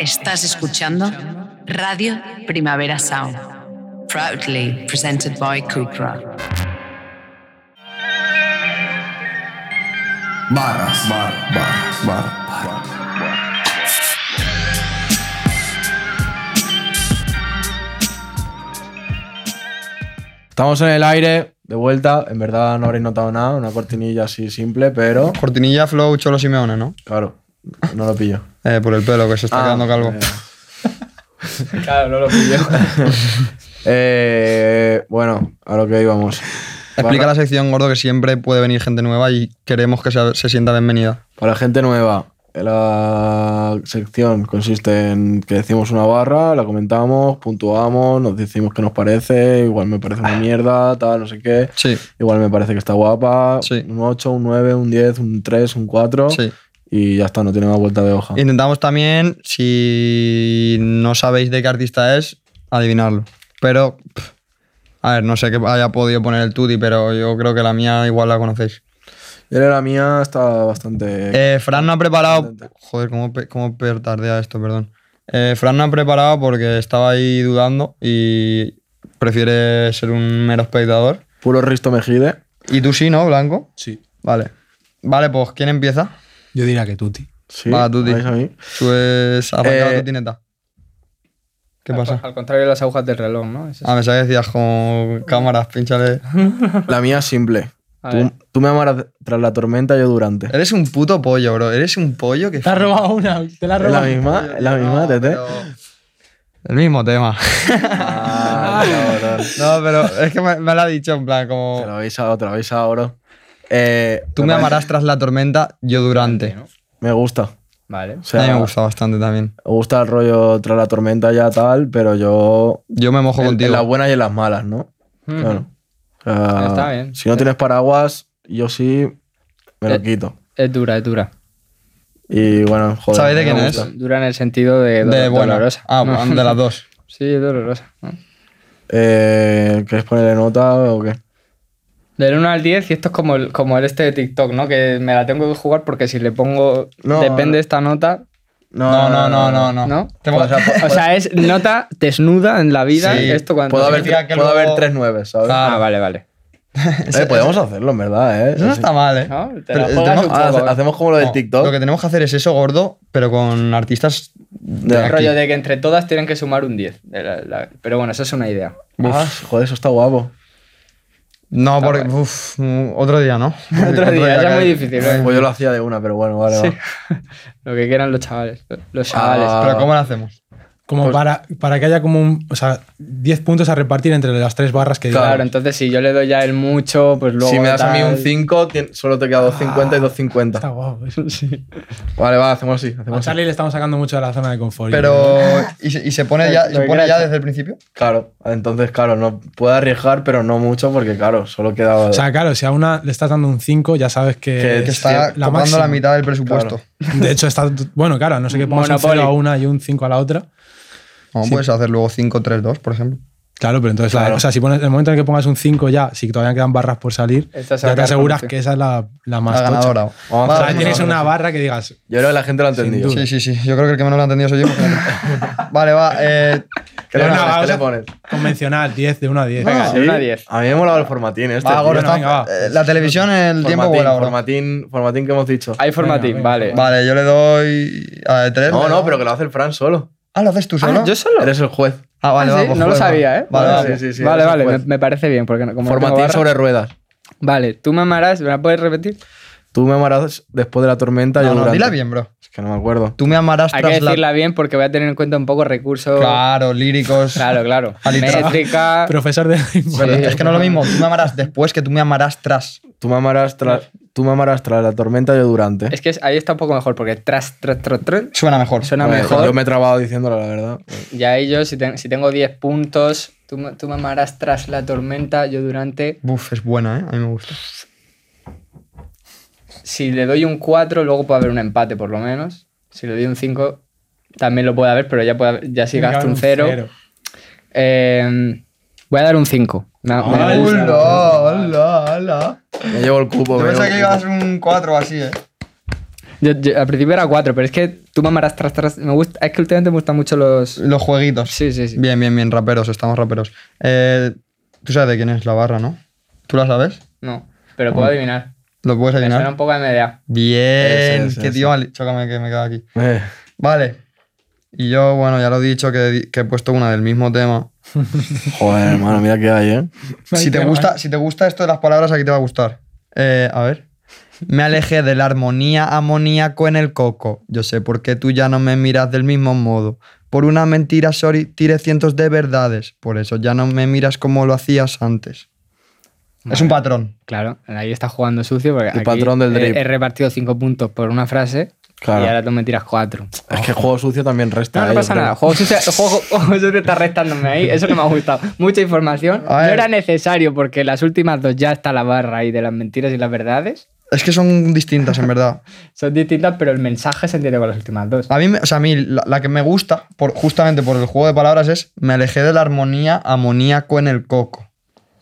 Estás escuchando Radio Primavera Sound, proudly presented by Cupra. Barras, bar, bar, bar, Estamos en el aire, de vuelta. En verdad no habréis notado nada, una cortinilla así simple, pero Cortinilla flow Cholo Simeone, ¿no? claro, no lo pillo. Eh, por el pelo que se está Ah, quedando calvo. eh. claro, no lo pillo. Eh, bueno, a lo que íbamos. Explica Barra- la sección, gordo, que siempre puede venir gente nueva y queremos que sea- se sienta bienvenida. Para gente nueva, la sección consiste en que decimos una barra, la comentamos, puntuamos, nos decimos qué nos parece, igual me parece una mierda, tal, no sé qué. Sí, Igual me parece que está guapa. Sí. Un 8, un 9, un 10, un 3, un 4. sí. Eh. Y ya está, no tiene más vuelta de hoja. Intentamos también, si no sabéis de qué artista es, adivinarlo. Pero, pff, a ver, no sé que haya podido poner el tuti, pero yo creo que la mía igual la conocéis. Y la mía está bastante. Eh, Fran no ha preparado. Intenta. Joder, ¿cómo, pe- cómo pe- tardea esto? Perdón. Eh, Fran no ha preparado porque estaba ahí dudando y prefiere ser un mero espectador. Puro Risto Mejide. Y tú sí, ¿no, Blanco? Sí. Vale. Vale, pues ¿quién empieza? Yo diría que Tuti. Sí, Va, tú di. ¿vais a mí? Pues arranca Eh, la tineta. ¿Qué pasa? Al contrario de las agujas del reloj, ¿no? Es eso. Ah, me sabes que decías con cámaras, pinchale. La mía es simple. A Tú, ver. tú me amarás tras la tormenta, yo durante. Eres un puto pollo, bro. Eres un pollo que. Te has robado una, te la has ¿Es la robado. misma? ¿Es la misma, No, Tete? pero- El mismo tema. Ah, cabrón. No, pero es que me, me lo ha dicho en plan como... Te lo habéis dado, te lo habéis dado, bro. Eh, Tú me amarás tras la tormenta, yo durante. Me gusta. Vale. O sea, a mí me gusta bastante también. me gusta el rollo tras la tormenta ya tal, pero yo. Yo me mojo en- En, contigo. las buenas y en las malas, ¿no? Ujú. Claro. O sea, Está bien. Si no tienes paraguas, yo sí me lo Eh. quito. Es dura, es dura. Y bueno, joder. ¿Sabéis de me quién gusta. es? Dura en el sentido de de, dolo- bueno, dolorosa. Ah, ¿no? bueno, de las dos. Sí, es dolorosa. ¿no? Eh, ¿Quieres ponerle nota o qué? Del 1 al 10, y esto es como el, como el este de TikTok, ¿no? Que me la tengo que jugar porque si le pongo. No, depende no. esta nota, No, no, no, no, no. ¿no? Te pues, mo- O sea, es nota desnuda en la vida. Sí. Esto cuando. Puedo haber, significa que puedo luego- haber tres nueve, ¿sabes? Ah, Ah, vale, vale. Eh, podemos hacerlo, en verdad, ¿eh? Eso no Sí. está mal, ¿eh? ¿No? Te Pero la el juegas tema- un Ah, poco. hace- hacemos como lo del No, TikTok. Lo que tenemos que hacer es eso, gordo, pero con artistas de De El aquí. rollo de que entre todas tienen que sumar un 10. de la- la- Pero bueno, esa es una idea. Ah, joder, eso está guapo. No, Está porque... guay. uf, mm, otro día, ¿no? Otro día, ya es muy difícil. ¿eh? Pues yo lo hacía de una, pero bueno, vale. va. Lo que quieran los chavales. Los chavales. Ah. Pero ¿cómo lo hacemos? Como para, para que haya como un. O sea, 10 puntos a repartir entre las tres barras que Claro, digo. entonces si yo le doy ya el mucho, pues luego. si me das a mí tal. un 5, solo te queda 250 y Está 250. guau. eso. Sí. Vale, va, hacemos así. A Hacemos así. Charlie le estamos sacando mucho de la zona de confort. Pero... ¿Y se, y se pone, ya, Eh, Lo se que pone ya quieras. desde el principio? Claro, entonces, claro, no puedo arriesgar, pero no mucho, porque, claro, solo queda. O sea, claro, si a una le estás dando un 5, ya sabes que, Que- Que es está la tomando máxima. la mitad del presupuesto. Claro. De hecho, está. Bueno, claro, a no sé qué pongas Monopoly. un 0 a una y un 5 a la otra. No, puedes hacer luego 5, 3, 2, por ejemplo. Claro, pero entonces, la- Claro. o sea, si pones, en el momento en el que pongas un 5 ya, si todavía quedan barras por salir, Esta se va ya a te quedar aseguras con este. que esa es la, la más la tocha. ganadora. Vamos O a Vale, sea, hacer tienes no, una barra que digas, Yo creo que la gente lo ha entendido. Sí, duda. sí, sí. Yo creo que el que menos lo ha entendido soy yo. porque- vale, va. Este, eh, ¿Qué le Venga, pones? vamos ¿Qué le a- pones? convencional, 10, de 1 a 10. Venga, ¿Sí? de una a 10. A mí me molaba el formatín este. va, tío. gordo, bueno, está- venga, va. eh, la televisión, el tiempo Formatín, vuela, bro. formatín, formatín que hemos dicho. Hay formatín, Venga, vale. venga, Vale, yo le doy a 3. No, no, pero que lo hace el Fran solo. Ah, ¿lo haces tú Ah, solo? ¿Yo solo? Eres el juez. Ah, vale, Ah, va, sí, pues no lo juega. sabía, ¿eh? Vale, Vale, vale. sí, sí, sí, vale, eres vale, el me, juez. me parece bien. Porque no- como no tengo Formatín barra- sobre ruedas. pues Vale, tú me amarás, ¿me la puedes repetir? Tú me amarás después de la tormenta. No, yo no, durante. dila bien, bro. Es que no me acuerdo. Tú me amarás Hay que tras decirla la... bien porque voy a tener en cuenta un poco recursos. Claro, líricos. claro. claro. Alitra- Métrica. Profesor de lengua. Pero Es que no es lo mismo. Tú me amarás después que tú me amarás tras. Tú me amarás tras, tú me amarás tras la tormenta yo durante. Es que es- ahí está un poco mejor porque tras, tras, tras, tras. Suena mejor. Suena Vale, mejor. Pues, Yo me he trabado diciéndolo, la verdad. Y ahí yo, si, ten- si tengo 10 puntos, tú, me- tú me amarás tras la tormenta, yo durante. Buf, es buena, ¿eh? A mí me gusta. Si le doy un 4, luego puede haber un empate, por lo menos. Si le doy un 5, también lo puede haber, pero ya, puede haber- ya si gasto un 0. voy a dar un 5. Me- me Hola. gusta. Hola, hola, hola. Me llevo el cupo. Yo me llevo pensaba el que cupo. ibas un 4 así, ¿eh? Yo, yo- al principio era 4, pero es que tú mamarás tras tras. Me gusta, es que últimamente me gustan mucho los. Los jueguitos. Sí, sí, sí. Bien, bien, bien, raperos, estamos raperos. Eh, Tú sabes de quién es la barra, ¿no? ¿Tú la sabes? No, pero puedo adivinar. ¿Lo puedes Me suena adivinar? un poco a MDA. Bien, Ese, ese, qué ese. tío, mal- chócame que me quedo aquí. Eh, Vale. Y yo, bueno, ya lo he dicho que, he di- que he puesto una del mismo tema. joder, hermano, mira qué hay, ¿eh? Si te, tema, gusta, si te gusta esto de las palabras, aquí te va a gustar. Eh, a ver. Me alejé de la armonía amoníaco en el coco. Yo sé por qué tú ya no me miras del mismo modo. Por una mentira, sorry, tiré cientos de verdades. Por eso ya no me miras como lo hacías antes. Es un patrón. Claro, ahí está jugando sucio porque El aquí patrón del he- drip. He, repartido 5 puntos por una frase Claro. y ahora tú me tiras 4. Es que el juego sucio también resta. No, no eh, yo pasa creo. nada. Juego sucio, juego, juego sucio está restándome ahí. Eso que me ha gustado. Mucha información. A No ver. era necesario porque las últimas dos ya está la barra ahí de las mentiras y las verdades. Es que son distintas, en verdad. Son distintas, pero el mensaje se entiende con las últimas dos. A mí, me- o sea, a mí la, la que me gusta, por, justamente por el juego de palabras, es me alejé de la armonía amoníaco en el coco.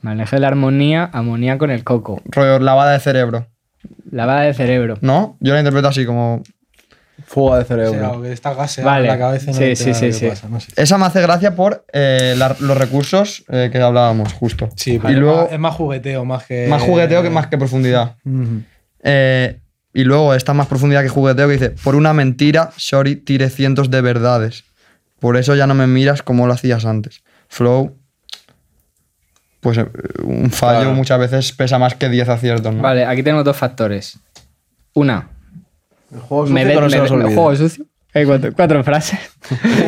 Me alejé de la armonía, amonía con el coco. Rollo, lavada de cerebro. Lavada de cerebro. ¿No? Yo la interpreto así como Fuga de O sea, cerebro. que está gaseada Vale. en la cabeza y no Sí, le sí, entera sí, lo que sí. pasa, no sé. Esa me hace gracia por eh, la- los recursos eh, que hablábamos, justo. Sí, Eh, pero y es luego, más- es más jugueteo, más que. más jugueteo que más que profundidad. Ujú. Eh, y luego está más profundidad que jugueteo que dice, por una mentira, sorry, tire cientos de verdades. Por eso ya no me miras como lo hacías antes. Flow, pues eh, un fallo Claro. muchas veces pesa más que 10 Mm. aciertos. ¿no? Vale, aquí tenemos dos factores. Una, El juego sucio me, de- que no me se de- nos me- olvide. juego sucio. Eh, cuatro, cuatro frases.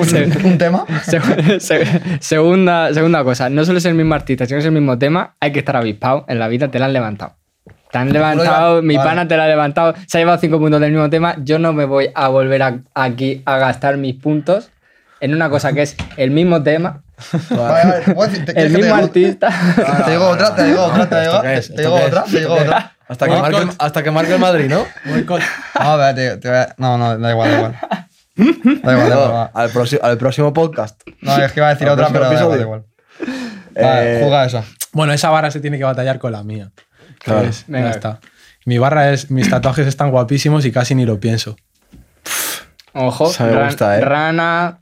Se- Un, un tema. Segu- se- segunda, segunda cosa, no solo es el mismo artista, sino que es el mismo tema, hay que estar avispado. En la vida te la han levantado. Te han levantado, mi Vale. pana te la ha levantado, se ha llevado cinco puntos del mismo tema. Yo no me voy a volver a- aquí a gastar mis puntos en una cosa que es el mismo tema, Vale, vale, ¿te puedo decir- te- el ¿quieres que te mismo diga- artista. Te digo otra, te digo otra, te digo ¿Esto qué es? te digo ¿Esto qué otra, es? te digo otra. Hasta que, marque, hasta que marque el Madrid, ¿no? Boicot. No, espérate, te, voy a- no, no, da igual, da igual. Da igual, da igual. No, va. al, próximo, al próximo podcast. No, es que iba a decir Al otra, próximo pero da igual, da igual. episodio. Vale, Eh, juega esa. Bueno, esa barra se tiene que batallar con la mía. que Claro. es- Venga. ya está. Mi barra es. Mis tatuajes están guapísimos y casi ni lo pienso. Ojo, Esa me ran- gusta, ¿eh? Mm, rana,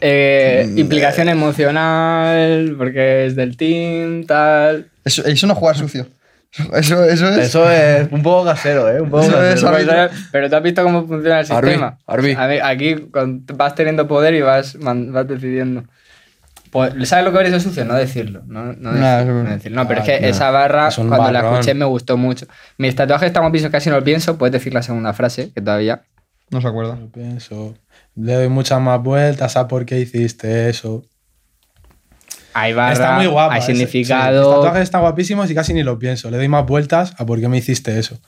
eh, implicación emocional, porque es del team, tal. Eso, eso no es jugar sucio. Eso, eso es. Eso es un poco casero, ¿eh? Un poco Eso es casero. Pero, árbitro. ¿sabes? pero tú has visto cómo funciona el Arbi, sistema. Arbi. A ver, aquí con- vas teniendo poder y vas, man- vas decidiendo. Pues, ¿Sabes lo que hubiera sido sucio? No decirlo. No, no, decirlo, Nah, eso- no decirlo. No, pero es Ah, que tío. esa barra, Es un cuando la barrón. escuché, me gustó mucho. Mis tatuajes están guapísimos, casi no lo pienso. Puedes decir la segunda frase, que todavía. No se acuerda. Lo pienso. Le doy muchas más vueltas a por qué hiciste eso. Hay barra, está muy guapa. hay ese- sí, significado. mis tatuajes están guapísimos y casi ni lo pienso. Le doy más vueltas a por qué me hiciste eso.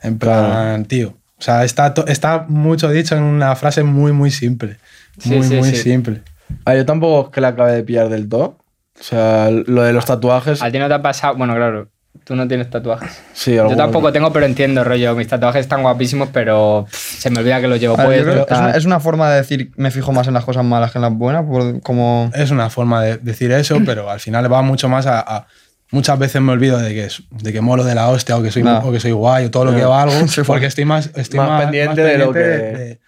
En plan, tío. O sea, está, to- está mucho dicho en una frase muy, muy simple. Sí, muy, sí, muy sí. simple. Ah, yo tampoco es que la acabe de pillar del todo. O sea, lo de los tatuajes. A ti no te ha pasado. Bueno, claro, tú no tienes tatuajes. Sí, Yo tampoco tengo, pero entiendo, rollo. Mis tatuajes están guapísimos, pero pff, se me olvida que los llevo Pues A ver, yo puestos. creo que es, tal. una, es una forma de decir, me fijo más en las cosas malas que en las buenas, por- como. Es una forma de decir eso, pero al final va mucho más a. a- muchas veces me olvido de que, es- de que molo de la hostia o que soy, No. o que soy guay o todo lo que valgo. Sí, porque estoy más, estoy Más pues, más, pendiente más de lo pendiente que- de-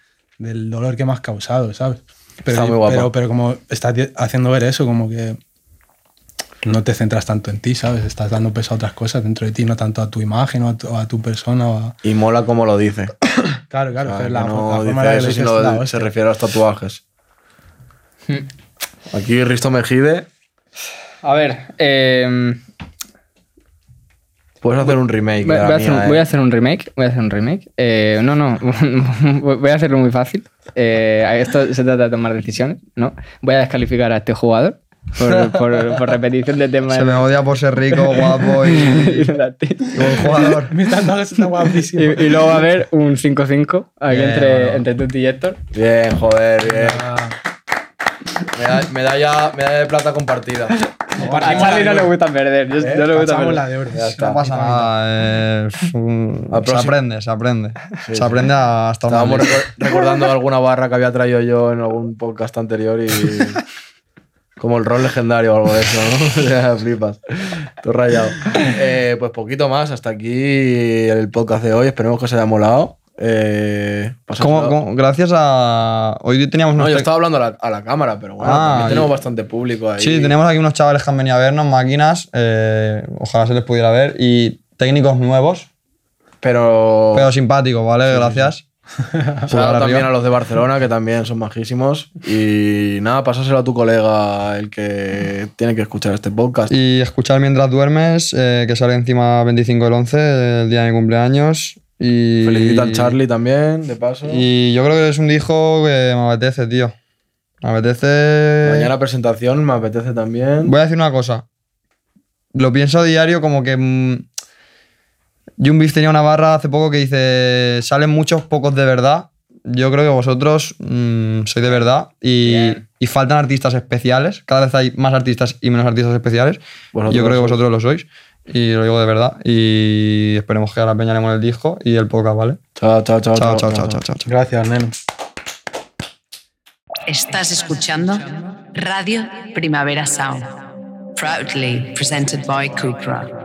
del dolor que me has causado, ¿sabes? Pero, Está muy guapo. pero, pero como estás di- haciendo ver eso, como que no te centras tanto en ti, ¿sabes? Estás dando peso a otras cosas dentro de ti, no tanto a tu imagen o a tu, o a tu persona. o a- Y mola como lo dice. Claro, O claro. sea, pero que la, no la forma en la dice que eso, lo dices sino este es la se hostia. refiere a los tatuajes. Hmm. Aquí Risto Mejide. A ver, eh, Puedes hacer un remake. voy, de la voy a hacer, mía, un- ¿eh? voy a hacer un remake. Voy a hacer un remake. Eh, no, no, voy a hacerlo muy fácil. Eh, esto se trata de tomar decisiones, ¿no? Voy a descalificar a este jugador por, por- por repetición de tema. Se me odia por ser rico, guapo y, y buen jugador. Mis tatuajes están y, guapísimos. y luego va a haber un 5-5 aquí Bien, entre, bueno. entre Tuti y Héctor. Bien, joder, bien. Ah, Medalla, medalla, medalla de plata compartida. A partimos la Charlie de no le oro, gusta perder. Yo, ¿eh? yo le gusta perder. Pasamos la de oro. Ya está. No pasa nada. eh, es un- Al se próximo- aprende, se aprende. se aprende a estar más Estábamos libre. recor- recordando alguna barra que había traído yo en algún podcast anterior y. Como el rol legendario o algo de eso, ¿no? O sea, flipas. Tú rayado. Eh, pues poquito más. Hasta aquí el podcast de hoy. Esperemos que os haya molado. Eh, pasárselo- ¿Cómo- cómo? Gracias a. Hoy teníamos No, unos yo tec- estaba hablando a la, a la cámara, pero bueno, Ah, también y- tenemos bastante público ahí. Sí, tenemos aquí unos chavales que han venido a vernos, máquinas, eh, ojalá se les pudiera ver, y técnicos nuevos, Pero, pero simpáticos, ¿vale? Gracias. Saludo Pulgar también arriba. a los de Barcelona, que también son majísimos. Y nada, pasárselo a tu colega, el que tiene que escuchar este podcast. Y escuchar mientras duermes, eh, que sale encima 25 del 11, el día de mi cumpleaños. Y, Felicita al Charlie también, de paso. Y yo creo que es un disco que me apetece, tío. Me apetece. Mañana presentación, me apetece también. Voy a decir una cosa. Lo pienso a diario como que... mm, Jun Beef tenía una barra hace poco que dice, salen muchos, pocos de verdad. Yo creo que vosotros mm, sois de verdad y, Bien. y faltan artistas especiales. Cada vez hay más artistas y menos artistas especiales. Vosotros Yo creo que sois. vosotros lo sois y lo digo de verdad. Y esperemos que ahora peñaremos el disco y el podcast, ¿vale? Chao, chao, chao. Chao, chao, chao, chao, chao. chao. Gracias, neno. Estás escuchando Radio Primavera Sound, proudly presented by Cupra.